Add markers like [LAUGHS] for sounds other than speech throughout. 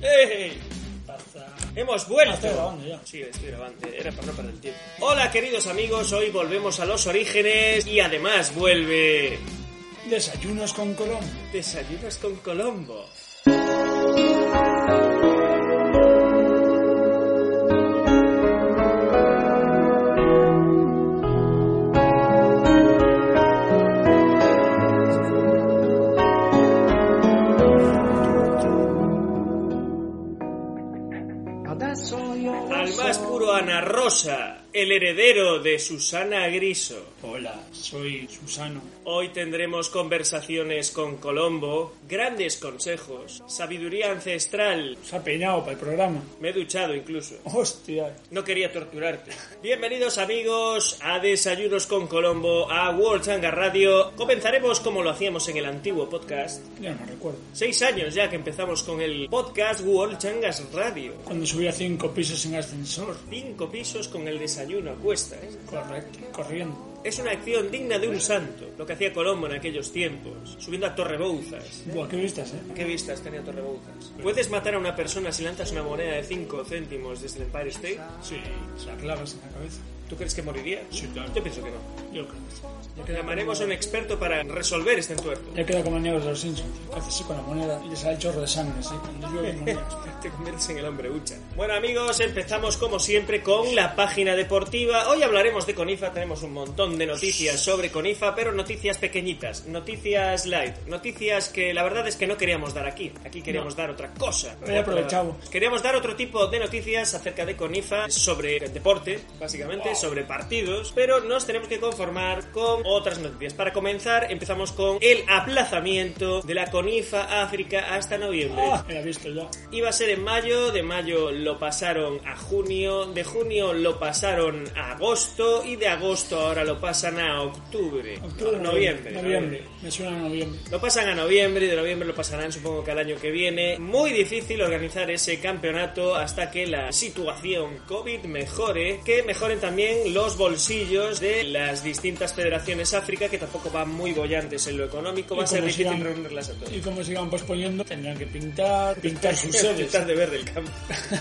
¡Ey! Eh, Hemos Estoy vuelto. grabando ya. Sí, estoy grabando. Era para no perder el tiempo. Hola, queridos amigos. Hoy volvemos a los orígenes y además vuelve Desayunos con Colón. Desayunos con Colombo. Al más puro Ana Rosa, el heredero de Susana Griso. Hola, soy Susano. Hoy tendremos conversaciones con Colombo, grandes consejos, sabiduría ancestral. Se ha peinado para el programa. Me he duchado incluso. Hostia. No quería torturarte. Bienvenidos amigos a Desayunos con Colombo, a World Changa Radio. Comenzaremos como lo hacíamos en el antiguo podcast. Ya no recuerdo. Seis años ya que empezamos con el podcast World Changas Radio. Cuando subía cinco pisos en ascensor. Cinco pisos con el desayuno a cuestas. Correcto. Corriendo. Es una acción digna de un santo, lo que hacía Colombo en aquellos tiempos, subiendo a Torrebouzas. Buah, qué vistas, eh. ¿Qué vistas tenía Torrebouzas? ¿Puedes matar a una persona si lanzas una moneda de 5 céntimos desde el Empire State? Sí, se la clavas en la cabeza. ¿Tú crees que moriría? Sí, claro. Yo pienso que no. Yo creo que sí. Te llamaremos a un experto para resolver este entuerto. Ya queda como el negro de los Simpsons. Hace así con la moneda y le sale el chorro de sangre, así. Cuando llueve, monedas. [LAUGHS] Te conviertes en el hombre hucha. Bueno amigos, empezamos como siempre con la página deportiva. Hoy hablaremos de Conifa, tenemos un montón de noticias sobre Conifa, pero noticias pequeñitas, noticias light, noticias que la verdad es que no queríamos dar aquí. Aquí queríamos dar otra cosa. Hoy aprovechamos. Queríamos dar otro tipo de noticias acerca de Conifa, sobre el deporte, básicamente, sobre partidos, pero nos tenemos que conformar con otras noticias. Para comenzar, empezamos con el aplazamiento de la Conifa África hasta noviembre. Ah, me la he visto ya. Iba a ser en mayo, de mayo lo pasaron a junio, de junio lo pasaron a agosto y de agosto ahora lo pasan a octubre, Octubre, no, Ah, noviembre, Noviembre. Me suena a noviembre. Lo pasan a noviembre y de noviembre lo pasarán supongo que al año que viene. Muy difícil organizar ese campeonato hasta que la situación COVID mejore, que mejoren también los bolsillos de las distintas federaciones África que tampoco van muy bollantes en lo económico, va a Y ser como difícil sigan- reunirlas a todas. Y como sigan posponiendo, tendrán que pintar, [LAUGHS] pintar sus sedes. Pintar de verde el campo. [LAUGHS]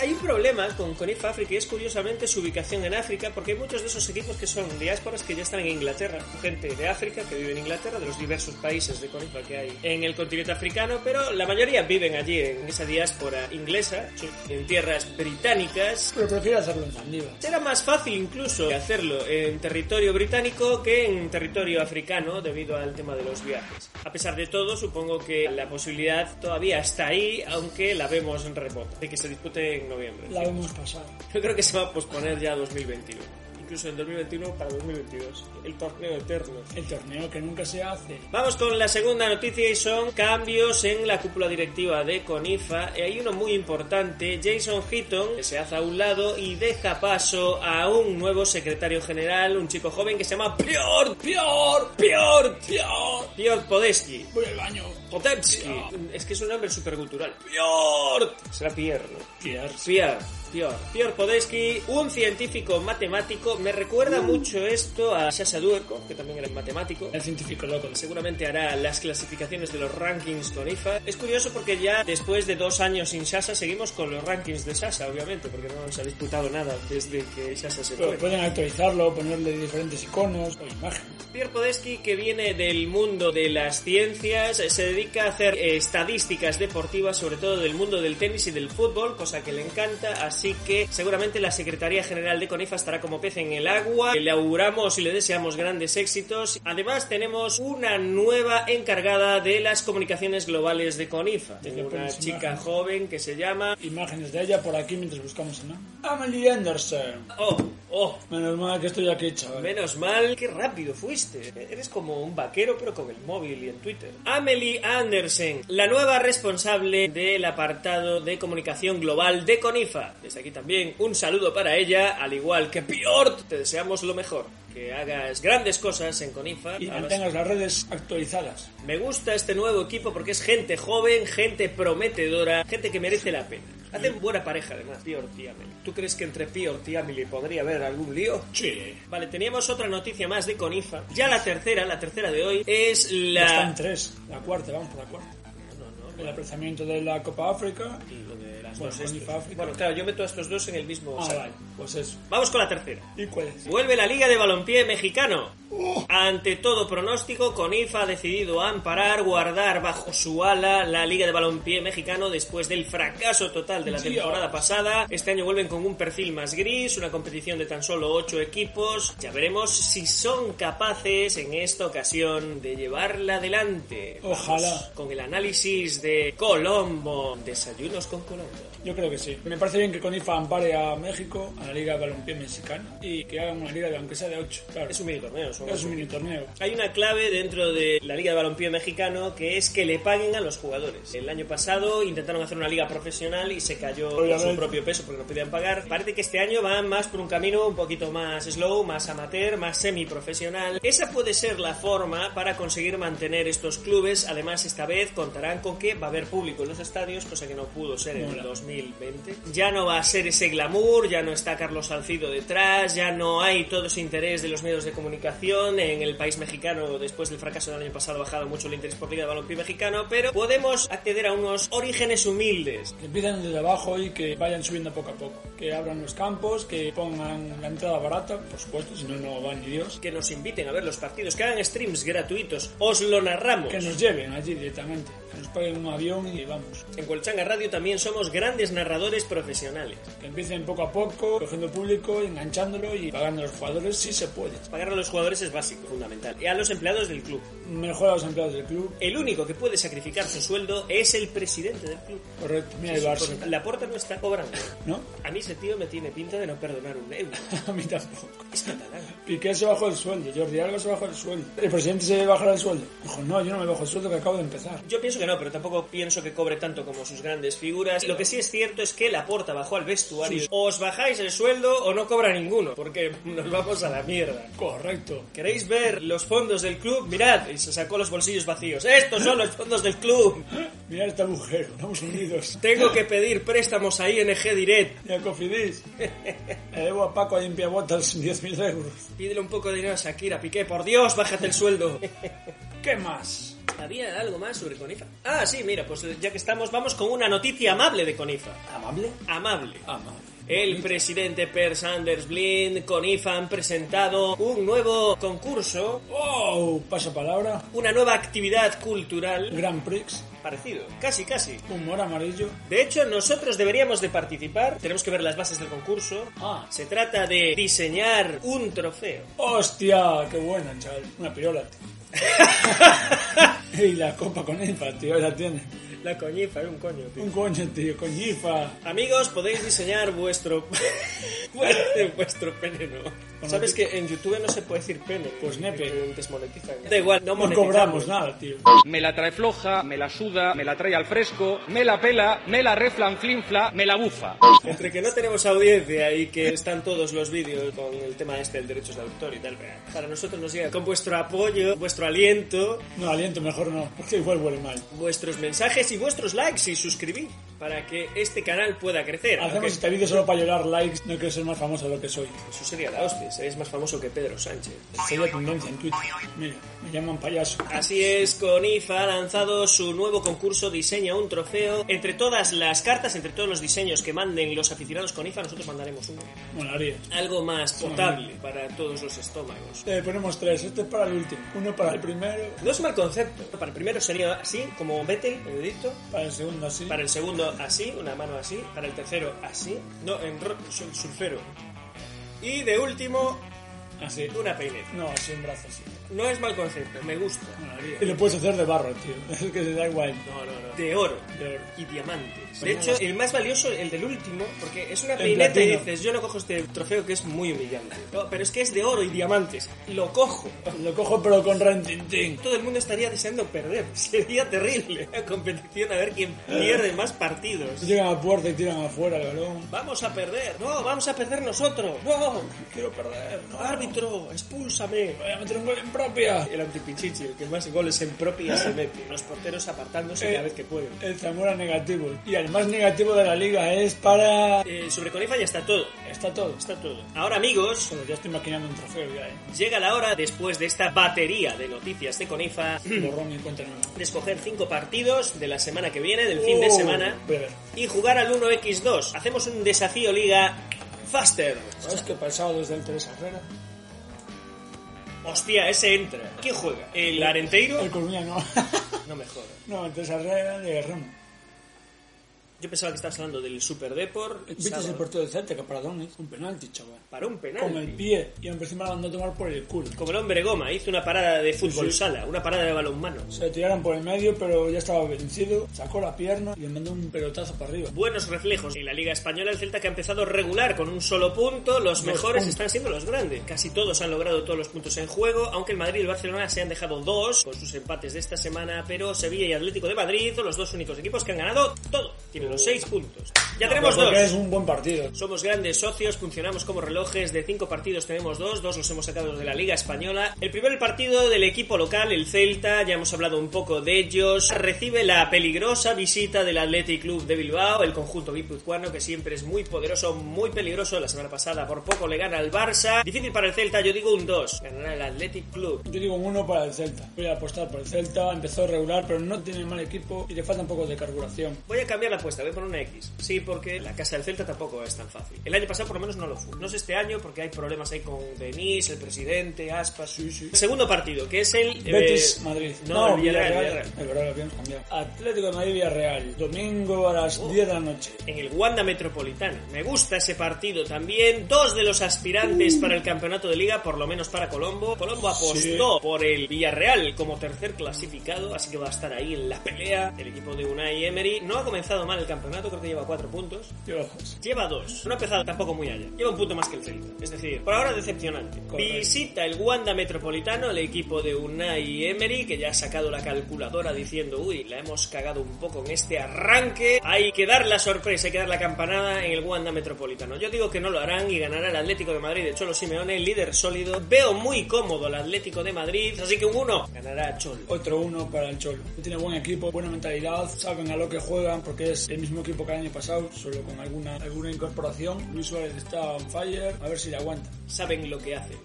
hay un problema con Conif África y es curiosamente su ubicación en África porque hay muchos de esos equipos que son diásporas que ya están en Inglaterra. Gente de África que vive en Inglaterra, de los diversos países de Conifa que hay en el continente africano, pero la mayoría viven allí en esa diáspora inglesa, en tierras británicas. Pero prefiero hacerlo en Mandíbar. Será más fácil incluso hacerlo en territorio británico que en territorio africano debido al tema de los viajes. A pesar de todo, supongo que la posibilidad todavía está ahí, aunque la vemos en remoto, de que se dispute en noviembre. La hemos pasado. Yo creo que se va a posponer ya a 2021. Incluso en 2021 para 2022. El torneo eterno. El torneo que nunca se hace. Vamos con la segunda noticia y son cambios en la cúpula directiva de Conifa. Y hay uno muy importante, Jason Heaton, que se hace a un lado y deja paso a un nuevo secretario general, un chico joven que se llama Pior, Pior, Pior, Pior, Pior Podeski. Voy al baño. Potepski. Es que es un nombre supercultural. Pior. Será Pierre, ¿no? Piers. Pierre, Pierre, Pierre Podesky, un científico matemático, me recuerda mucho esto a Sasha Duerko, que también era matemático. El científico loco. Seguramente hará las clasificaciones de los rankings con IFA. Es curioso porque ya después de dos años sin Sasha seguimos con los rankings de Sasha, obviamente, porque no se ha disputado nada desde que Sasha se Pero fue. pueden actualizarlo, ponerle diferentes iconos o imágenes. Pierre Podesky, que viene del mundo de las ciencias, se dedica a hacer eh, estadísticas deportivas, sobre todo del mundo del tenis y del fútbol, cosa que le encanta, así Así que seguramente la Secretaría General de CONIFA estará como pez en el agua. Le auguramos y le deseamos grandes éxitos. Además, tenemos una nueva encargada de las comunicaciones globales de CONIFA. Es Muy una buenas chica imágenes. joven que se llama. Imágenes de ella por aquí mientras buscamos, ¿no? Amelie Anderson. ¡Oh! ¡Oh! Menos mal que estoy aquí, chaval. Menos mal, qué rápido fuiste. Eres como un vaquero, pero con el móvil y en Twitter. Amelie Andersen, la nueva responsable del apartado de comunicación global de Conifa. Desde aquí también un saludo para ella, al igual que Piort. Te deseamos lo mejor. Que hagas grandes cosas en Conifa. Y Además, mantengas las redes actualizadas. me gusta este nuevo equipo porque es gente joven, gente prometedora, gente que merece la pena. Hacen buena pareja además, Piort y Amelie. ¿Tú crees que entre Piort y Amelie podría haber algún lío? Sí. Vale, teníamos otra noticia más de Conifa. Ya la tercera, la tercera de hoy, es la... Están tres. La cuarta, vamos por la cuarta. No, no, El apreciamiento de la Copa África. y lo de las Bueno, dos estos. Conifa África. Bueno, claro, yo meto a estos dos en el mismo Ah, saco. vale. Pues eso. Vamos con la tercera. ¿Y cuál es? Vuelve la Liga de Balompié Mexicano. Ante todo pronóstico, Conifa ha decidido amparar, guardar bajo su ala la Liga de Balompié Mexicano después del fracaso total de la Dios. temporada pasada. Este año vuelven con un perfil más gris, una competición de tan solo 8 equipos. Ya veremos si son capaces en esta ocasión de llevarla adelante. Vamos Ojalá. con el análisis de Colombo. Desayunos con Colombo. Yo creo que sí. Me parece bien que Conifa ampare a México, a la Liga de Balompié Mexicana, y que hagan una liga de aunque sea de 8. Claro. Es un mini torneo, son Es un mini torneo. Hay una clave dentro de la Liga de Balompié Mexicano que es que le paguen a los jugadores. El año pasado intentaron hacer una liga profesional y se cayó por Obviamente. su propio peso porque no podían pagar. Parece que este año van más por un camino un poquito más slow, más amateur, más semiprofesional. Esa puede ser la forma para conseguir mantener estos clubes. Además, esta vez contarán con que va a haber público en los estadios, cosa que no pudo ser en el Mola. 2020. Ya no va a ser ese glamour, ya no está Carlos Salcido detrás, ya no hay todo ese interés de los medios de comunicación. En el país mexicano, después del fracaso del año pasado, ha bajado mucho el interés por Liga de Balompié Mexicano, pero podemos acceder a unos orígenes humildes. Que empiecen desde abajo y que vayan subiendo poco a poco. Que abran los campos, que pongan la entrada barata, por supuesto, si no, no va ni Dios. Que nos inviten a ver los partidos, que hagan streams gratuitos, os lo narramos. Que nos lleven allí directamente. Que nos paguen un avión y vamos. En Colchanga Radio también somos grandes narradores profesionales. Que empiecen poco a poco, cogiendo público, enganchándolo y pagando a los jugadores si se puede. Pagar a los jugadores es básico, fundamental, y a los empleados del club. Mejor a los empleados del club. El único que puede sacrificar su sueldo es el presidente del club. Correcto. Mira el Barça, Porque La puerta no está cobrando. ¿no? [LAUGHS] A mí ese tío me tiene pinta de no perdonar un euro. a mí tampoco. Es catalán. Piqué se bajó el sueldo, Jordi Alba se bajó el sueldo. El presidente se bajará el sueldo. Dijo, no, yo no me bajo el sueldo que acabo de empezar. Yo pienso que no, pero tampoco pienso que cobre tanto como sus grandes figuras. Lo que sí es cierto es que la porta bajó al vestuario. Sí. O Os bajáis el sueldo o no cobra ninguno, porque nos vamos a la mierda. Correcto. ¿Queréis ver los fondos del club? Mirad, y se sacó los bolsillos vacíos. Estos son los fondos del club. Mira este agujero, estamos unidos. Tengo que pedir préstamos a ING Direct. Y a [LAUGHS] Cofidis. Le debo a Paco a limpiabotas 10.000 euros. Pídele un poco de dinero a Shakira, Piqué. Por Dios, bájate el sueldo. ¿Qué más? [LAUGHS] ¿Había algo más sobre Conifa? Ah, sí, mira, pues eh, ya que estamos, vamos con una noticia amable de Conifa. ¿Amable? Amable. Amable. El presidente Per Sanders Blind, Conifa han presentado un nuevo concurso, ¡Oh! Pasa palabra. una nueva actividad cultural Grand Prix. parecido, casi casi. Humor amarillo. De hecho, nosotros deberíamos de participar, tenemos que ver las bases del concurso. Ah. Se trata de diseñar un trofeo. ¡Hostia! ¡Qué buena, chaval! Una piola, [LAUGHS] tío. y la copa con IFA, tío, la tiene. La coñifa, un coño, Un coño, tío, con IFA. Amigos, podéis diseñar vuestro [LAUGHS] vuestro pene, ¿no? Sabes que en YouTube no se puede decir pene. Pues nepe. porque Desmonetizan. Da igual, no No monetizamos. cobramos nada, tío. Me la trae floja, me la suda, me la trae al fresco, me la pela, me la reflanflinfla, me la bufa. Entre que no tenemos audiencia y que están todos los vídeos con el tema este del derechos de autor y tal, para nosotros nos llega con vuestro apoyo, vuestro aliento, No, aliento mejor no, porque igual huele mal. vuestros mensajes y vuestros likes y suscribir para que este canal pueda crecer. Hacemos aunque este vídeo solo para llorar likes, no quiero ser más famoso de lo que soy. Eso sería la hostia, seréis más famoso que Pedro Sánchez. Soy la tendencia en Twitter. Mira, me llaman payaso. Así es, Conifa ha lanzado su nuevo concurso Diseña un trofeo. Entre todas las cartas, entre todos los diseños que manden los aficionados Conifa, nosotros mandaremos uno. Molaría. Algo más potable para todos los estómagos. Eh, ponemos tres, este es para el último, uno para el primero, No es mal concepto. Para el primero sería así, como Vettel, el dedito. para el segundo así. Para el segundo, segundo así, una mano así, para el tercero así, no, en ro- su- sulfero. Y de último, eh, Así. una peineta. No, así un brazo así. No es mal concepto, me gusta. Y lo puedes hacer de barro, tío. [LAUGHS] Es que se da igual. No, no, no. De oro. De oro. Y diamantes. De hecho, el más valioso, el del último, porque es una El peineta y platino. dices, yo no cojo este trofeo que es muy humillante. No, pero es que es de oro y diamantes. Lo cojo. Lo cojo pero con rantintín. Todo el mundo estaría deseando perder. [LAUGHS] Sería terrible la competición a ver quién pierde más partidos. Llegan a puerta y tiran afuera el balón. Vamos a perder. No, vamos a perder nosotros. No. Quiero perder. No, Árbitro, expúlsame. Voy a meter un gol en propia. El antipichichi, el que más goles en propia se mete. Los porteros apartándose Eh. cada vez que pueden. El Zamora negativo. Y el más negativo de la liga es para... Eh, sobre Conifa ya está todo. Está todo. Está todo. Ahora, amigos, Solo ya estoy maquinando un trofeo ya, eh. Llega la hora, después de esta batería de noticias [CLEARS THROAT] de Conifa, Borrón y cuenta nueva. de escoger cinco partidos de la semana que viene, del fin de semana, Voy a ver. y jugar al 1x2. Hacemos un desafío liga faster. ¿Sabes qué pasado desde el Teresa Herrera? Hostia, ese entra. ¿Quién juega? ¿El Arenteiro? El Coruña no. [LAUGHS] No me jodas. no, el Teresa Herrera de Ramón. Yo pensaba que estabas hablando del Super Depor. Viste sábado. el partido del Celta que para Donis. Un penalti, chaval. Para un penal. Con el pie. Y encima la mandó a tomar por el culo. Como el hombre goma, hizo una parada de fútbol Sí, sí. sala, una parada de balonmano. Se tiraron por el medio, pero ya estaba vencido. Sacó la pierna y le mandó un pelotazo para arriba. Buenos reflejos. Y la Liga Española, el Celta que ha empezado regular con un solo punto, los mejores puntos. están siendo los grandes. Casi todos han logrado todos los puntos en juego, aunque el Madrid y el Barcelona se han dejado dos con sus empates de esta semana, pero Sevilla y Atlético de Madrid son los dos únicos equipos que han ganado todo. Tienen los seis puntos. Ya tenemos Porque dos. es un buen partido. Somos grandes socios, funcionamos como relojes. De cinco partidos tenemos dos, dos los hemos sacado de la Liga Española. El primer partido del equipo local, el Celta, ya hemos hablado un poco de ellos. Recibe la peligrosa visita del Athletic Club de Bilbao, el conjunto guipuzcoano que siempre es muy poderoso, muy peligroso. La semana pasada por poco le gana al Barça. Difícil para el Celta, yo digo un 2. Ganará el Athletic Club. Yo digo un uno para el Celta. Voy a apostar por el Celta. Empezó regular, pero no tiene mal equipo y le falta un poco de carburación. Voy a cambiar la apuesta, voy a poner una X. Sí, porque la casa del Celta tampoco es tan fácil. El año pasado por lo menos no lo fue. No sé este año porque hay problemas ahí con Denis, el presidente, Aspas. El segundo partido, que es el... eh, Betis, Madrid. No, el Villarreal, Villarreal. El verdad lo habíamos cambiado. Atlético de Madrid, Villarreal. Domingo Oh. a las 10 de la noche. En el Wanda Metropolitano. Me gusta ese partido también. Dos de los aspirantes para el campeonato de liga, por lo menos para Colombo. Colombo apostó por el Villarreal como tercer clasificado, así que va a estar ahí en la pelea. El equipo de Unai Emery no ha comenzado mal el campeonato, creo que lleva cuatro puntos. Tío, ojos. Lleva dos. No ha empezado tampoco muy allá. Lleva un punto más que el Celta. Es decir, por ahora decepcionante. Correcto. Visita el Wanda Metropolitano, el equipo de Unai Emery, que ya ha sacado la calculadora diciendo, uy, la hemos cagado un poco en este arranque. Hay que dar la sorpresa, hay que dar la campanada en el Wanda Metropolitano. Yo digo que no lo harán y ganará el Atlético de Madrid de Cholo Simeone, líder sólido. Veo muy cómodo el Atlético de Madrid, así que un uno ganará Cholo. Otro uno para el Cholo. Tiene buen equipo, buena mentalidad, saben a lo que juegan porque es el mismo equipo que el año pasado, solo con alguna, alguna incorporación. Luis Suárez está on fire, a ver si le aguanta. saben lo que hacen.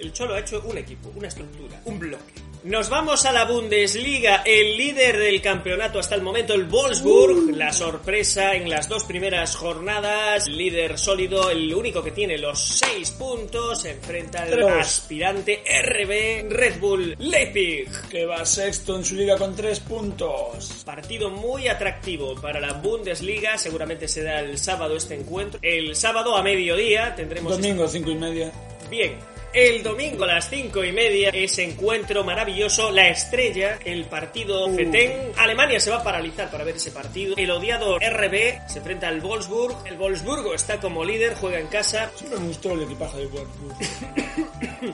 El Cholo ha hecho un equipo, una estructura, un bloque. Nos vamos a la Bundesliga, el líder del campeonato hasta el momento, el Wolfsburg. Uh. La sorpresa en las dos primeras jornadas, líder sólido, el único que tiene los seis puntos, se enfrenta al Tres. aspirante RB Red Bull Leipzig. Que va sexto en su liga con tres puntos. Partido muy atractivo para la Bundesliga, seguramente será el sábado este encuentro. El sábado a mediodía tendremos... este Domingo, cinco y media. Bien, el domingo a las cinco y media, ese encuentro maravilloso, la estrella, el partido Uh. Fetén. Alemania se va a paralizar para ver ese partido. El odiado RB se enfrenta al Wolfsburg. El Wolfsburgo está como líder, juega en casa. Hmm, Siempre me gustó el equipaje [LAUGHS] del Wolfsburg.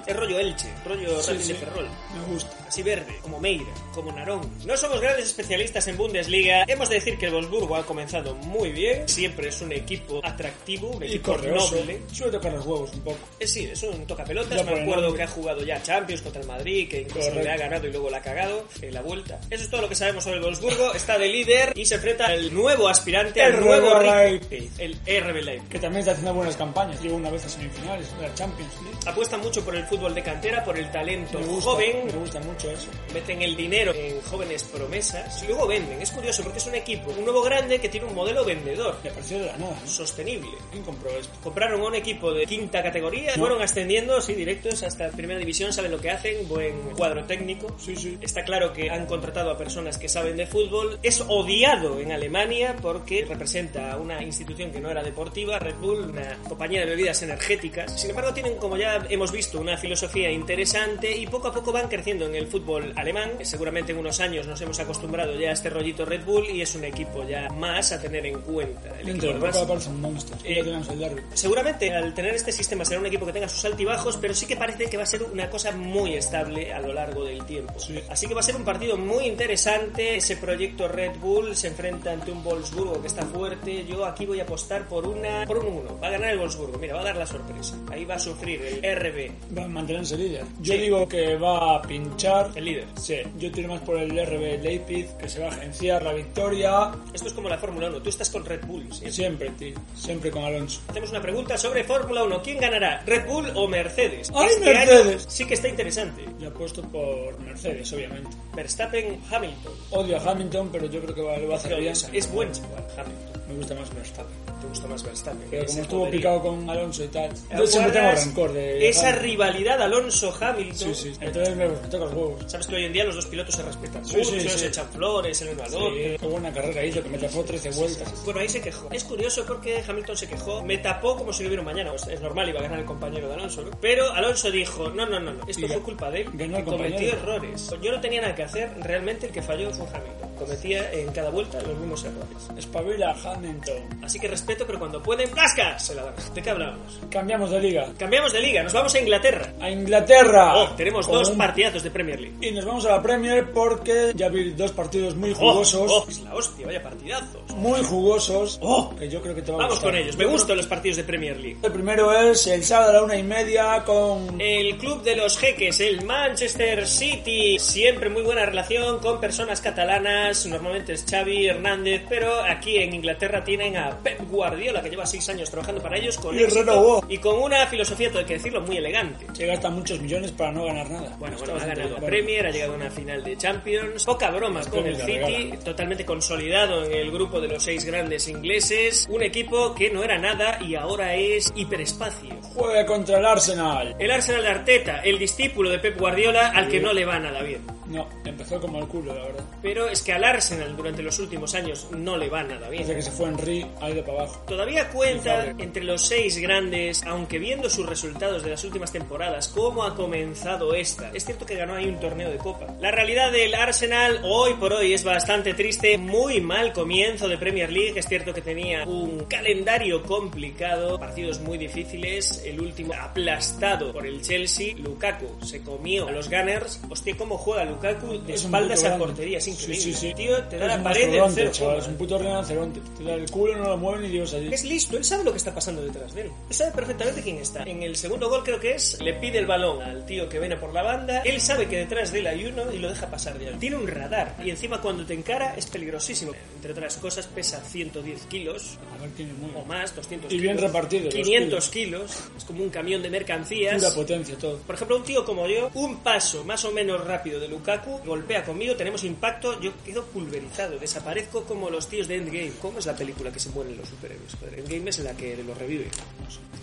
Es rollo Elche, rollo Sí, Racing sí. de Ferrol. Me gusta. Así verde, como Meira, como Narón. No somos grandes especialistas en Bundesliga. Hemos de decir que el Wolfsburgo ha comenzado muy bien. Siempre es un equipo atractivo, un Y equipo correoso. noble. Suele tocar los huevos un poco. Eh, Sí, es un tocapelotas. Ya Me por el acuerdo nombre. que ha jugado ya Champions contra el Madrid, que incluso Correcto. le ha ganado y luego la ha cagado en la vuelta. Eso es todo lo que sabemos sobre el Wolfsburgo. Está de líder y se enfrenta al nuevo aspirante, El al nuevo nuevo rival, Leipzig. el RB Leipzig. Que también está haciendo buenas campañas. Llegó una vez a semifinales, la Champions League. Apuesta mucho por por el fútbol de cantera, por el talento Me gusta, joven, me gusta mucho eso. meten el dinero en jóvenes promesas y luego venden. Es curioso porque es un equipo, un nuevo grande que tiene un modelo vendedor Y apareció de la nada, ¿no? sostenible. ¿Quién compró esto? Compraron a un equipo de quinta categoría, fueron ascendiendo, sí, directos hasta primera división, saben lo que hacen, buen cuadro técnico. Sí, sí. Está claro que han contratado a personas que saben de fútbol. Es odiado en Alemania porque representa a una institución que no era deportiva, Red Bull, una compañía de bebidas energéticas. Sin embargo, tienen, como ya hemos visto, una filosofía interesante y poco a poco van creciendo en el fútbol alemán. Seguramente en unos años nos hemos acostumbrado ya a este rollito Red Bull y es un equipo ya más a tener en cuenta. El Dentro equipo de más- poco aparece un monster. Y ya tenemos el derby. Seguramente al tener este sistema será un equipo que tenga sus altibajos, pero sí que parece que va a ser una cosa muy estable a lo largo del tiempo. Sí. Así que va a ser un partido muy interesante. Ese proyecto Red Bull se enfrenta ante un Wolfsburgo que está fuerte. Yo aquí voy a apostar por una por un 1. Va a ganar el Wolfsburgo. Mira, va a dar la sorpresa. Ahí va a sufrir el RB, Va a mantenerse líder. Yo Sí. digo que va a pinchar. el líder. Sí, yo tiro más por el RB Leipzig, que se va a agenciar la victoria. Esto es como la Fórmula 1. Tú estás con Red Bull. siempre. Siempre, tío. Siempre con Alonso. Hacemos una pregunta sobre Fórmula 1. ¿Quién ganará? ¿Red Bull o Mercedes? Este ¡Ay, año Mercedes! sí que está interesante. Yo apuesto por Mercedes, obviamente. Verstappen, Hamilton. Odio a Hamilton, pero yo creo que va- lo va a hacer bien. Es buen chaval, Hamilton. Me gusta más Verstappen. Te gusta más Verstappen. Pero Ese como estuvo poderío. picado con Alonso y tal, yo Aguardas siempre tengo rencor de. Esa Hamilton. rivalidad Alonso-Hamilton. Sí, sí. Entonces me me toca los huevos. Sabes que hoy en día los dos pilotos se respetan Sí, mucho, sí, sí. se echan flores el uno al otro. Sí, Qué buena carrera hizo, que me tapó 13 vueltas. Bueno, ahí se quejó. Es curioso porque Hamilton se quejó, me tapó como si lo hubiera un mañana. O sea, es normal, iba a ganar el compañero de Alonso, ¿no? Pero Alonso dijo, no, no, no, no, esto Y fue ga- culpa de él. ganó el Cometió compañero. errores. Yo no tenía nada que hacer, realmente el que falló fue Hamilton. Cometía en cada vuelta los mismos errores. Espabila Hamilton. Así que respeto, pero cuando pueden, ¡casca! Se la dan. ¿De qué hablábamos? Cambiamos de liga. Cambiamos de liga, nos vamos a Inglaterra. A Inglaterra. Oh, tenemos Con dos un- partidazos de Premier League. Y nos vamos a la Premier porque ya vi dos partidos muy Oh, jugosos. oh, es la hostia, vaya partidazos. Muy jugosos. Oh. que yo creo que te va a Vamos gustar. con ellos, me Yo gustan los partidos de Premier League. creo- El primero es el sábado a la una y media con. El club de los jeques, el Manchester City, siempre muy buena relación con personas catalanas, normalmente es Xavi Hernández, pero aquí en Inglaterra tienen a Pep Guardiola, que lleva seis años trabajando para ellos con Y éxito renovó. y con una filosofía, tengo que decirlo, muy elegante. Se gasta muchos millones para no ganar nada. Bueno, bueno, Está ha bastante ganado la bien. Premier, ha llegado a una final de Champions. Poca broma con el Premier City, la regala. totalmente consolidado en el grupo de los seis grandes ingleses. Un equipo que no era nada y ahora es hiperespacio. Juega contra el Arsenal. El Arsenal de Arteta, el discípulo de Pep Guardiola, al que no le va nada bien. No, empezó como el culo, la verdad. Pero es que al Arsenal durante los últimos años no le va nada bien. Desde que se fue Henry, ha ido para abajo. Todavía cuenta entre los seis grandes, aunque viendo sus resultados de las últimas temporadas, cómo ha comenzado esta. Es cierto que ganó ahí un torneo de copa. La realidad del Arsenal hoy por hoy es bastante triste, muy mal comienzo de Premier League. Es cierto que tenía un calendario complicado, partidos muy difíciles, el último aplastado por el Chelsea. Lukaku se comió a los Gunners. Hostia, cómo juega Lukaku de Es un espaldas puto a grande. portería, es increíble. Sí, sí, sí. Tío, te da Es la un pared del rinoceronte, cero chaval, coma. Es un puto rinoceronte. Te da el culo, no lo mueven y Dios allí. Es listo, él sabe lo que está pasando detrás de él. Él sabe perfectamente quién está. En el segundo gol creo que es, le pide el balón al tío que viene por la banda, él sabe que detrás de él hay uno y lo deja pasar de él. Tiene un radar y encima cuando te encara es peligrosísimo. Entre otras cosas pesa 110 kilos A ver quién le o mueve. más, 200 Y bien kilos, repartido, los 500 kilos, es como un camión de mercancías. Pura potencia todo. Por ejemplo, un tío como yo, un paso más o menos rápido de Lukaku, golpea conmigo, tenemos impacto, yo quedo pulverizado, desaparezco como los tíos de Endgame. ¿Cómo es la película que se mueren los superhéroes? Joder, Endgame es la que los revive.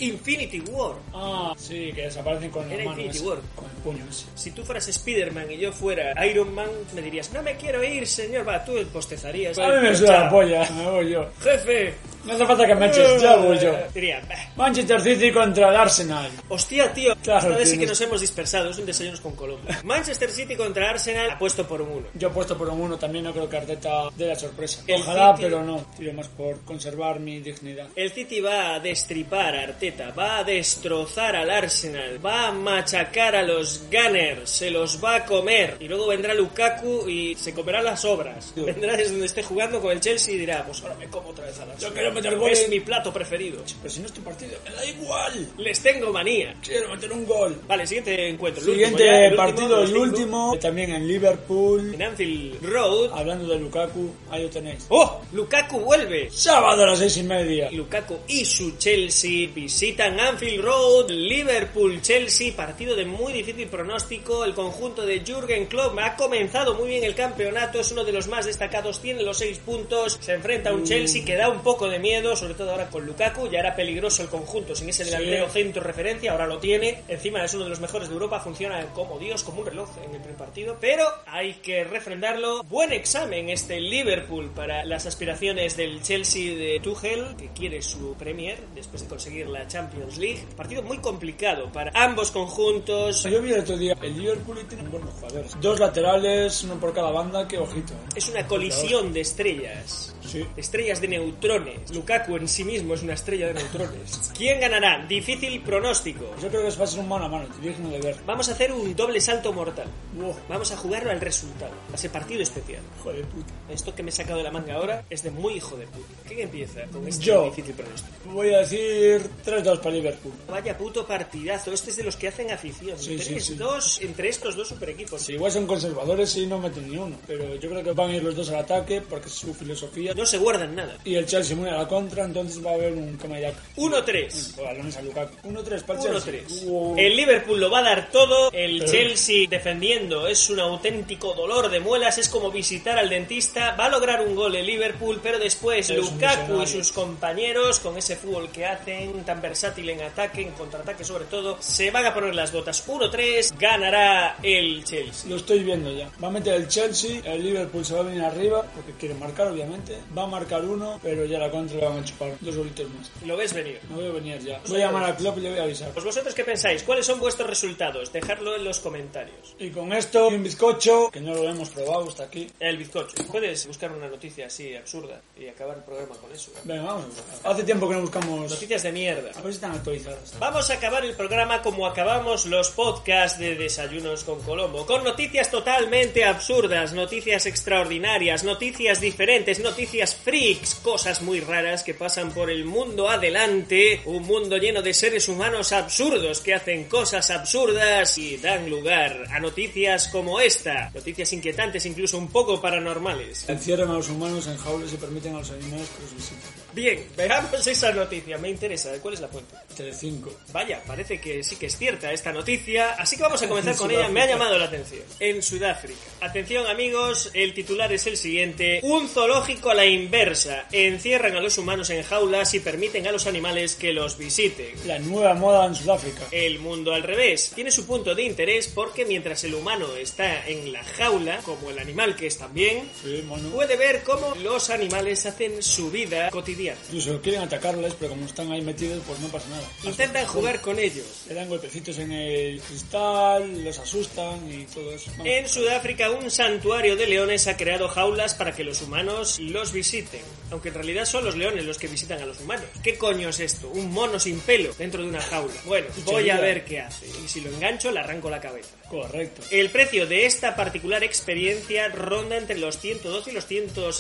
Infinity War. Ah, sí, que desaparecen con Era la mano. Infinity esa, War. Con el puño ese. Si tú fueras Spider-Man y yo fuera Iron Man, me dirías, no me quiero ir, señor. Va, tú postezarías. A mí me suda la polla, me voy yo. Jefe. Eh, No hace falta que me eches, ya voy yo. Diría, "Bah". Manchester City contra el Arsenal. Hostia, tío, Claro, esta vez sí que tienes- nos hemos dispersado, es un desayunos con Colombia. Manchester City contra Arsenal, apuesto por un uno. Yo he puesto por un uno también, no creo que Arteta dé la sorpresa. El Ojalá, City- pero no. Tiro más por conservar mi dignidad. El City va a destripar a Arteta, va a destrozar al Arsenal, va a machacar a los los Gunner se los va a comer. Y luego vendrá Lukaku y se comerá las obras. Sí. Vendrá desde donde esté jugando con el Chelsea y dirá, pues ahora me como otra vez a las Yo obras. quiero meter goles. Es mi plato preferido. Pero si no es tu partido, me da igual. Les tengo manía. Quiero meter un gol. Vale, siguiente encuentro. el Siguiente último ya, el último, partido, los el Big último, también en Liverpool. En Anfield Road. Hablando de Lukaku, ahí lo tenéis. ¡Oh! Lukaku vuelve. Sábado a las seis y media. Lukaku y su Chelsea visitan Anfield Road, Liverpool, Chelsea, partido de muy difícil pronóstico. El conjunto de Jürgen Klopp ha comenzado muy bien el campeonato, es uno de los más destacados, tiene los seis puntos, se enfrenta a un Chelsea que da un poco de miedo, sobre todo ahora con Lukaku, ya era peligroso el conjunto sin ese delantero centro referencia, ahora lo tiene, encima es uno de los mejores de Europa, funciona como Dios, como un reloj en el primer partido, pero hay que refrendarlo. Buen examen este Liverpool para las aspiraciones del Chelsea de Tuchel, que quiere su Premier después de conseguir la Champions League. Partido muy complicado para ambos conjuntos. Yo vi el otro día, el Liverpool y tiene buenos jugadores. Dos laterales, uno por cada banda, que ojito. ¿eh? Es una colisión de estrellas. Sí. Estrellas de neutrones. Lukaku en sí mismo es una estrella de neutrones. ¿Quién ganará? Difícil pronóstico. Yo creo que eso va a ser un mano a mano, digno de ver. Vamos a hacer un doble salto mortal. Wow. Vamos a jugarlo al resultado. Va a ser partido especial. Hijo de puta. Esto que me he sacado de la manga ahora es de muy hijo de puta. ¿Quién empieza con este Yo. difícil pronóstico? Voy a decir 3-2 para Liverpool. Vaya puto partidazo. Este es de los que hacen afición. Sí, sí, 3-2 sí. entre estos dos super equipos. Sí, igual son conservadores y no meten ni uno. Pero yo creo que van a ir los dos al ataque porque es su filosofía. No se guardan nada. Y el Chelsea muy a la contra, entonces va a haber un cama y daca. 1-3. Balones a Lukaku. 1-3 para el Chelsea. 1-3. Wow. El Liverpool lo va a dar todo. El Eh. Chelsea defendiendo es un auténtico dolor de muelas. Es como visitar al dentista. Va a lograr un gol el Liverpool, pero después Es un Lukaku y miserable. sus compañeros, con ese fútbol que hacen, tan versátil en ataque, en contraataque sobre todo, se van a poner las botas. 1-3. Ganará el Chelsea. Lo estoy viendo ya. Va a meter el Chelsea, el Liverpool se va a venir arriba porque quiere marcar, obviamente. Va a marcar uno, pero ya la contra le van a chupar dos golitos más. Lo ves venir. No voy a venir ya. Voy a llamar a Klopp y le voy a avisar. Pues vosotros qué pensáis, ¿cuáles son vuestros resultados? Dejadlo en los comentarios. Y con esto, y un bizcocho, que no lo hemos probado hasta aquí. El bizcocho. Puedes buscar una noticia así absurda y acabar el programa con eso. Venga, vamos a buscar. Hace tiempo que no buscamos. Noticias de mierda. A ver si están actualizadas. Vamos a acabar el programa como acabamos los podcasts de Desayunos con Colombo, con noticias totalmente absurdas, noticias extraordinarias, noticias diferentes, noticias freaks, cosas muy raras que pasan por el mundo adelante, un mundo lleno de seres humanos absurdos que hacen cosas absurdas y dan lugar a noticias como esta, noticias inquietantes, incluso un poco paranormales. Encierran a los humanos en jaulas y permiten a los animales que los visiten. Bien, veamos esa noticia, me interesa, ¿cuál es la fuente? Telecinco. Vaya, parece que sí que es cierta esta noticia, así que vamos a comenzar con ella, me ha llamado la atención. En Sudáfrica. Atención amigos, el titular es el siguiente. Un zoológico a la inversa. Encierran a los humanos en jaulas y permiten a los animales que los visiten. La nueva moda en Sudáfrica. El mundo al revés tiene su punto de interés porque mientras el humano está en la jaula, como el animal que es también, Sí, mono. puede ver cómo los animales hacen su vida cotidiana. Incluso quieren atacarles, pero como están ahí metidos, pues no pasa nada. Intentan jugar con ellos. Le dan golpecitos en el cristal, los asustan y todo eso. Vamos. En Sudáfrica, un santuario de leones ha creado jaulas para que los humanos los visiten. Aunque en realidad son los leones los que visitan a los humanos. ¿Qué coño es esto? Un mono sin pelo dentro de una jaula. Bueno, voy a ver qué hace. Y si lo engancho, le arranco la cabeza. Correcto. El precio de esta particular experiencia ronda entre los 112 y los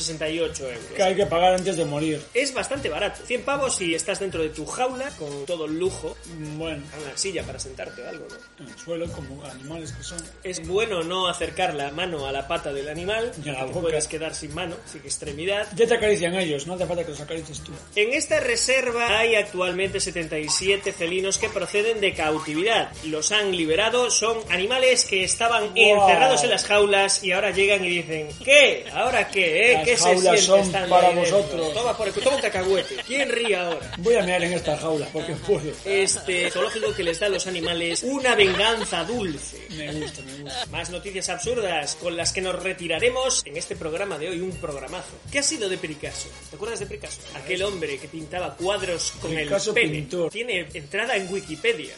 168 euros. Que hay que pagar antes de morir. Es bastante barato. 100 pavos si estás dentro de tu jaula con todo el lujo. Mm, Bueno, Una silla para sentarte o algo, ¿no? en el suelo, como animales que son. Es bueno no acercar la mano a la pata del animal, Ni a la porque boca. puedes quedar sin mano, sin extremidad. Ya te acarician ellos, no hace falta que los acaricies tú. En esta reserva hay actualmente 77 felinos que proceden de cautividad. Los han liberado, son animales que estaban encerrados en las jaulas y ahora llegan y dicen, ¿qué? ¿Ahora qué? Eh? Las ¿Qué se jaulas siente son estando para ahí dentro? vosotros. Toma, por el cu- toma un cacahuete. ¿Quién ríe ahora? Voy a mear en esta jaula, porque [LAUGHS] puedo. Este zoológico que les da a los animales una venganza dulce. Me gusta, me gusta. Más noticias absurdas con las que nos retiraremos en este programa de hoy, un programazo. ¿Qué ha sido de Picasso? ¿Te acuerdas de Picasso? Aquel hombre que pintaba cuadros con Picasso el pene. pintor. Tiene entrada en Wikipedia.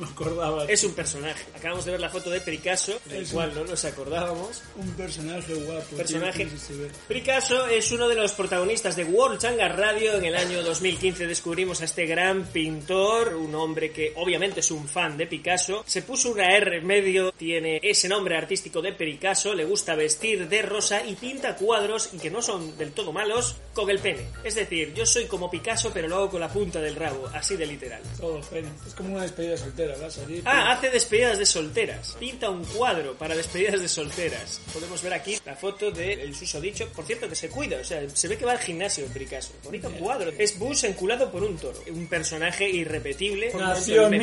acordaba. Es un personaje. Acabamos de ver la foto de Picasso, del Es un- cual no nos acordábamos. Un personaje guapo. Personaje. tío, que se ve. Picasso es uno de los protagonistas de World Changa Radio. En el año 2015 descubrimos a este gran pintor, un hombre que obviamente es un fan de Picasso. Se puso una R en medio, tiene ese nombre artístico de Picasso, le gusta vestir de rosa y pinta cuadros y que no son del todo malos con el pene. Es decir, yo soy como Picasso pero lo hago con la punta del rabo, así de literal. Todo pena. Es como una despedida soltera, vas allí. Ah, hace despedidas de solteras. Pinta un cuadro para despedidas de solteras. Podemos ver aquí la foto del el susodicho. Por cierto, que se cuida, o sea, se ve que va al gimnasio en Picasso. Bonito cuadro. Es Bush enculado por un toro. Un personaje irrepetible. Nació en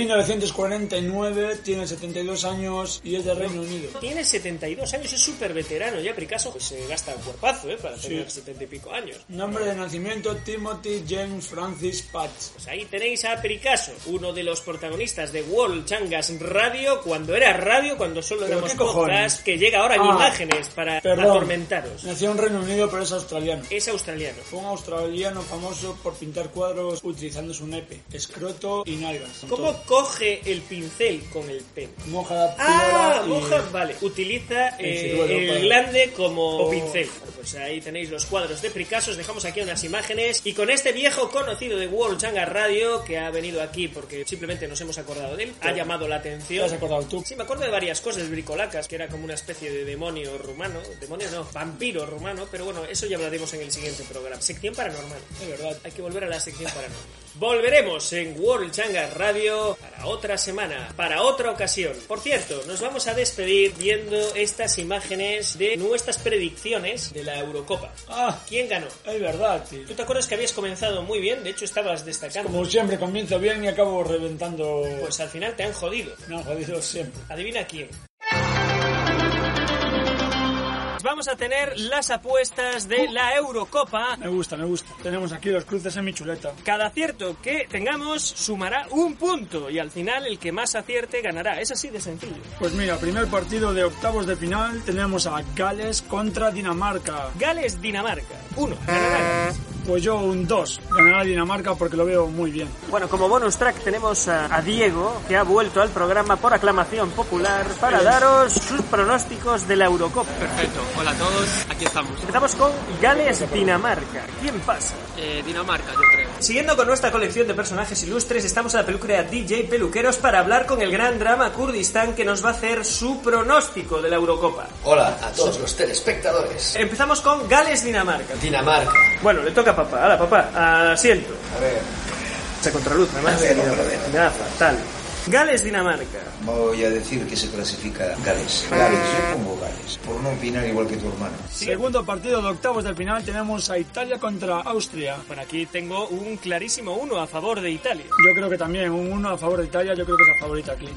1949, tiene 72 años y es de Reino Unido. Tiene 72 años, es súper veterano ya. Picasso pues, se gasta un cuerpazo, ¿eh? Para tener 70 y pico años. Nombre de nacimiento Timothy James Francis Patch. Pues ahí tenéis a Picasso, uno de los protagonistas de World Changas Radio, cuando era radio, cuando solo ¿Pero éramos qué cojones? podcast, que llega ahora en Ah, imágenes para Perdón. atormentaros. Nació en Reino Unido, pero es australiano. es australiano. Fue un australiano famoso por pintar cuadros utilizando su nepe, escroto y nalgas. ¿Cómo coge el pincel con el pene? Moja Ah, piola y- moja, vale. Utiliza El eh, ciruelo el para- glande como Oh. pincel. Pues ahí tenéis los cuadros de Picasso, os dejamos aquí unas imágenes. Y con este viejo conocido de World Changa Radio, que ha venido aquí porque simplemente nos hemos acordado de él, ha llamado la ¿Te atención. has acordado tú? Sí, me acuerdo de varias cosas, bricolacas, que era como una especie de demonio rumano, demonio no, vampiro rumano, pero bueno, eso ya hablaremos en el siguiente programa. Sección paranormal. Es verdad. Hay que volver a la sección paranormal. Volveremos en World Changa Radio para otra semana, para otra ocasión. Por cierto, nos vamos a despedir viendo estas imágenes de nuestras predicciones de la Eurocopa. Ah, ¿Quién ganó? es verdad, tío. Tú te acuerdas que habías comenzado muy bien, de hecho estabas destacando. Como siempre, comienzo bien y acabo reventando... Pues al final te han jodido. Me han jodido siempre. Adivina quién. Vamos a tener las apuestas de la Eurocopa. Me gusta, me gusta. Tenemos aquí los cruces en mi chuleta. Cada acierto que tengamos sumará un punto y al final el que más acierte ganará. Es así de sencillo. Pues mira, primer partido de octavos de final tenemos a Gales contra Dinamarca. Gales-Dinamarca. Uno. Ganará Gales. Pues yo un 2. Ganará Dinamarca porque lo veo muy bien. Bueno, como bonus track tenemos a, a Diego, que ha vuelto al programa por aclamación popular para daros sus pronósticos de la Eurocopa. Perfecto, hola a todos, aquí estamos. Empezamos con Gales-Dinamarca. ¿Quién pasa? Eh, Dinamarca, yo creo. Siguiendo con nuestra colección de personajes ilustres, estamos en la peluquería DJ Peluqueros para hablar con el gran drama Kurdistán que nos va a hacer su pronóstico de la Eurocopa. Hola a todos los telespectadores. Empezamos con Gales-Dinamarca. Dinamarca. Bueno, le toca a papá. Hala, papá, asiento. A ver, Se contraluz, además. A ver, hombre, a ver. Me da fatal. Gales-Dinamarca. voy a decir que se clasifica Gales. Ah. Gales, yo pongo Gales. Por no opinar igual que tu hermano. Segundo partido de octavos de final tenemos a Italia contra Austria. Bueno, aquí tengo un clarísimo uno a favor de Italia. Yo creo que también un 1 a favor de Italia, yo creo que es la favorita aquí.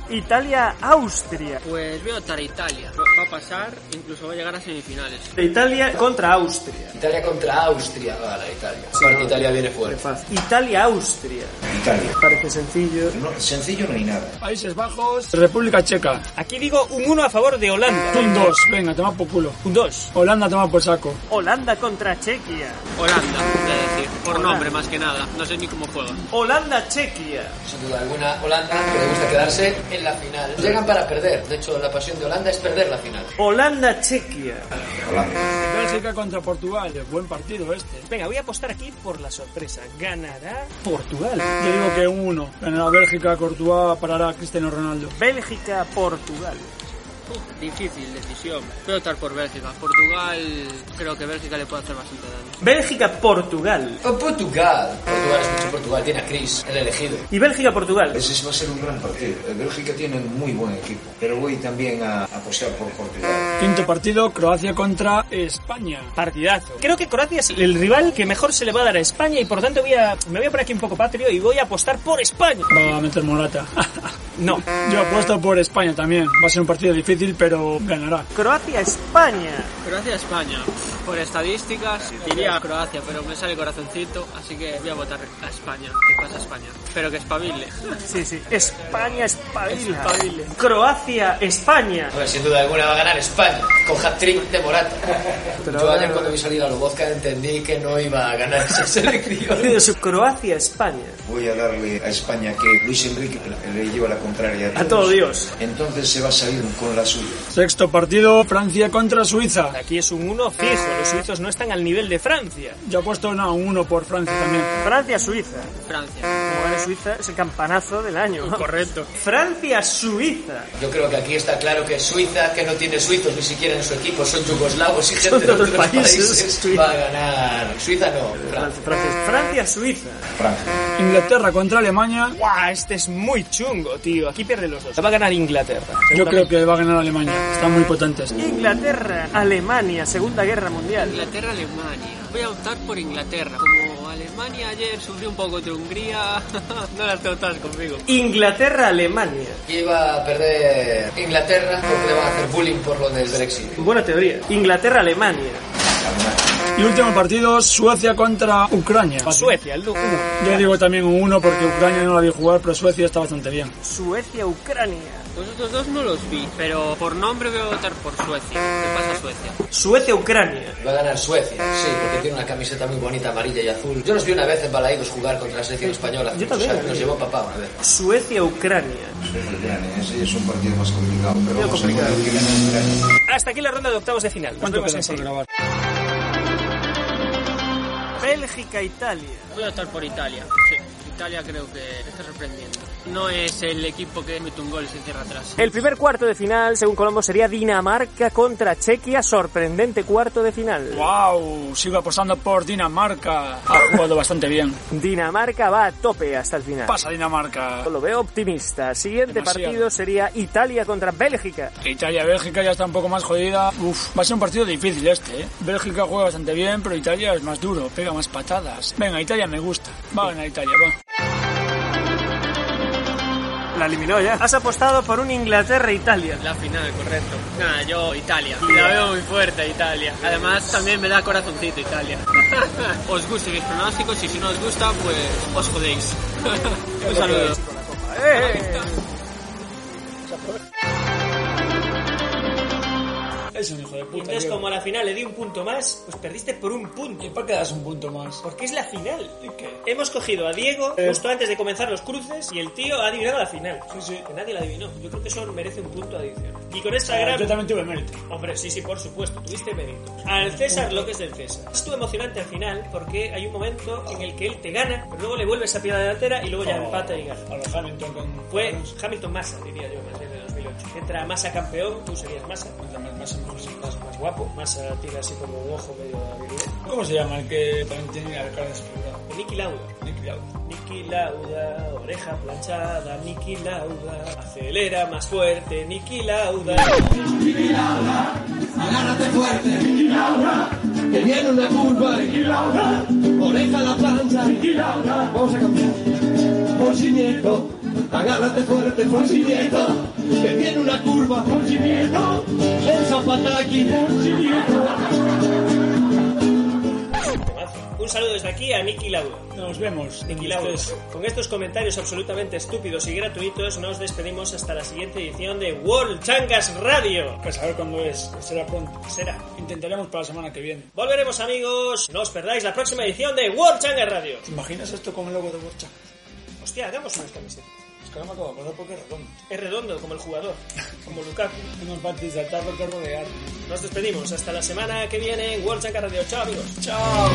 Italia-Austria. Pues veo para Italia. Va a pasar, incluso va a llegar a semifinales. Italia contra Austria. Italia contra Austria. Vale, Italia. Aparte, Italia viene fuerte. Italia-Austria. Italia. Parece sencillo. No, sencillo no hay nada. Países Bajos, República Checa. Aquí digo un 1 a favor de Holanda. Un 2, venga, toma por culo. Un 2. Holanda toma por saco. Holanda contra Chequia. Holanda, voy a decir. Por Holanda. nombre, más que nada. No sé ni cómo juega. Holanda-Chequia. Sin duda alguna, Holanda, que le gusta quedarse en la final. Llegan para perder. De hecho, la pasión de Holanda es perder la final. Holanda-Chequia. Bélgica contra Portugal, buen partido este. Venga, voy a apostar aquí por la sorpresa. Ganará Portugal. Yo digo que un 1. Ganará Bélgica, Courtois parará a Cristiano Ronaldo. Bélgica-Portugal. Uf, difícil decisión. Voy a optar por pues Bélgica. Portugal, creo que Bélgica le puede hacer bastante daño. Bélgica-Portugal. O Portugal. Portugal, escucho Portugal, tiene a Chris, el elegido. Y Bélgica-Portugal. Ese va a ser un gran partido. Eh, Bélgica tiene un muy buen equipo. Pero voy también a apostar por Portugal. Quinto partido, Croacia contra España. Partidazo. Creo que Croacia es el rival que mejor se le va a dar a España y por tanto voy a, me voy a poner aquí un poco patrio y voy a apostar por España. Va a meter Morata. [LAUGHS] No. Yo apuesto por España también. Va a ser un partido difícil, pero ganará. Croacia-España. Croacia-España. Por estadísticas, diría a Croacia, pero me sale corazoncito, así que voy a votar a España. Que pasa España. Pero que espabile. Sí, sí. España, espabila. Croacia, España. A ver, sin duda alguna va a ganar España, con hat-trick de Morata. Yo ayer cuando vi salir a Lobozka entendí que no iba a ganar esa selección. Croacia, España. Voy a darle a España que Luis Enrique le lleva la contraria A todo Dios. Entonces se va a salir con la suya. Sexto partido, Francia contra Suiza. Aquí es un 1 fijo, los suizos no están al nivel de Francia. Yo he puesto no, un 1 por Francia también. Francia-Suiza. Francia. Como gane Suiza es el campanazo del año. Correcto. Francia-Suiza. Yo creo que aquí está claro que Suiza, que no tiene suizos ni siquiera en su equipo, son yugoslavos y gente de otros otros países. países, Suiza. va a ganar. Suiza no, Francia. Francia- Francia-Suiza. Francia. Inglaterra contra Alemania. Guau, este es muy chungo, tío. Aquí pierden los dos. Va a ganar Inglaterra. Yo creo que va a ganar Alemania. Están muy potentes. Inglaterra, Alemania, Segunda Guerra Mundial. Inglaterra-Alemania. Voy a optar por Inglaterra. Como Alemania ayer sufrió un poco de Hungría, [LAUGHS] no las tengo todas conmigo. Inglaterra, Alemania. Aquí va a perder Inglaterra porque le van a hacer bullying por lo del Brexit. Buena teoría. Inglaterra, Alemania. Y último partido, Suecia contra Ucrania. Suecia, el Uh. duque. Yo digo también un 1 porque Ucrania no la vi jugar, pero Suecia está bastante bien. Suecia, Ucrania. Los otros Pues dos no los vi, pero por nombre voy a votar por Suecia. ¿Qué pasa Suecia? Suecia, Ucrania. Va a ganar Suecia, sí, porque tiene una camiseta muy bonita, amarilla y azul. Yo los vi una vez en Balaídos jugar contra la selección española. hace Yo muchos también, años, Nos sí. llevó papá una vez. Suecia, Ucrania. Ucrania, ese es un partido más complicado, pero vamos a ver que gana Ucrania. Hasta aquí la ronda de octavos de final. Nos ¿Cuánto vemos queda por enseguida. grabar? Bélgica, Italia. Voy a optar por Italia. Sí, Italia creo que está sorprendiendo. No es el equipo que mete un gol y se cierra atrás. El primer cuarto de final, según Colombo, sería Dinamarca contra Chequia. Sorprendente cuarto de final. ¡Wow! Sigo apostando por Dinamarca. Ha jugado bastante bien. Dinamarca va a tope hasta el final. Pasa Dinamarca. Lo veo optimista. Siguiente Demasiado. partido sería Italia contra Bélgica. Italia-Bélgica ya está un poco más jodida. Uf, va a ser un partido difícil este, ¿eh? Bélgica juega bastante bien, pero Italia es más duro, pega más patadas. Venga, Italia me gusta. Va a ganar Italia, va. La eliminó ya. Has apostado por un Inglaterra-Italia. La final, correcto. Nada, yo Italia. La veo muy fuerte Italia. Además, también me da corazoncito Italia. [LAUGHS] os gusten mis pronósticos y si no os gusta, pues os jodéis. [LAUGHS] un saludo. Es un hijo de puta. Entonces, como a la final le di un punto más, pues perdiste por un punto. para qué das un punto más? Porque es la final. Hemos cogido a Diego Eh. justo antes de comenzar los cruces y el tío ha adivinado la final. Sí, sí. Ah, Que nadie la adivinó. Yo creo que eso merece un punto de adición. Y con esa gran... Yo también tuve mérito. Hombre, sí, sí, por supuesto, tuviste mérito. Al César lo que es del César. Estuvo emocionante al final porque hay un momento en el que él te gana, pero luego le vuelves a piedra delantera y luego ya empata y gana. A los Hamilton con... Fue Hamilton Massa, diría yo, más bien de 2008. Entra Massa campeón, tú serías Massa. Más, más guapo. Massa tiene así como un ojo medio abierto. ¿Cómo se llama el que también tiene la cara desfigurada? Niki Lauda. Nick Lauda. Niki Lauda, oreja planchada, Niki Lauda. Acelera más fuerte, Niki Lauda. Agárrate fuerte, que viene una curva, oreja a la plancha, vamos a cambiar, Fonsinieto, agárrate fuerte, Fonsinieto, que viene una curva, Fonsinieto, el zapataki, Temazo. Un saludo desde aquí a Niki Lauda. Nos vemos. Niki Lauda. Con estos comentarios absolutamente estúpidos y gratuitos, nos despedimos hasta la siguiente edición de World Changas Radio. Pues a ver cuándo es. Será pronto. Será. Intentaremos para la semana que viene. Volveremos amigos, no os perdáis la próxima edición de World Changas Radio. ¿Te imaginas esto con el logo de Borcha? Hostia, hagamos unas camisetas. Es que no me acabo de acordar porque es redondo. Es redondo como el jugador, como Lukaku. [LAUGHS] Tengo el parte de saltarlo que rodear. Nos despedimos hasta la semana que viene en World Changas Radio. Chao amigos. ¡Chao!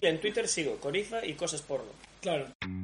En Twitter sigo con IFA y cosas porno. Claro.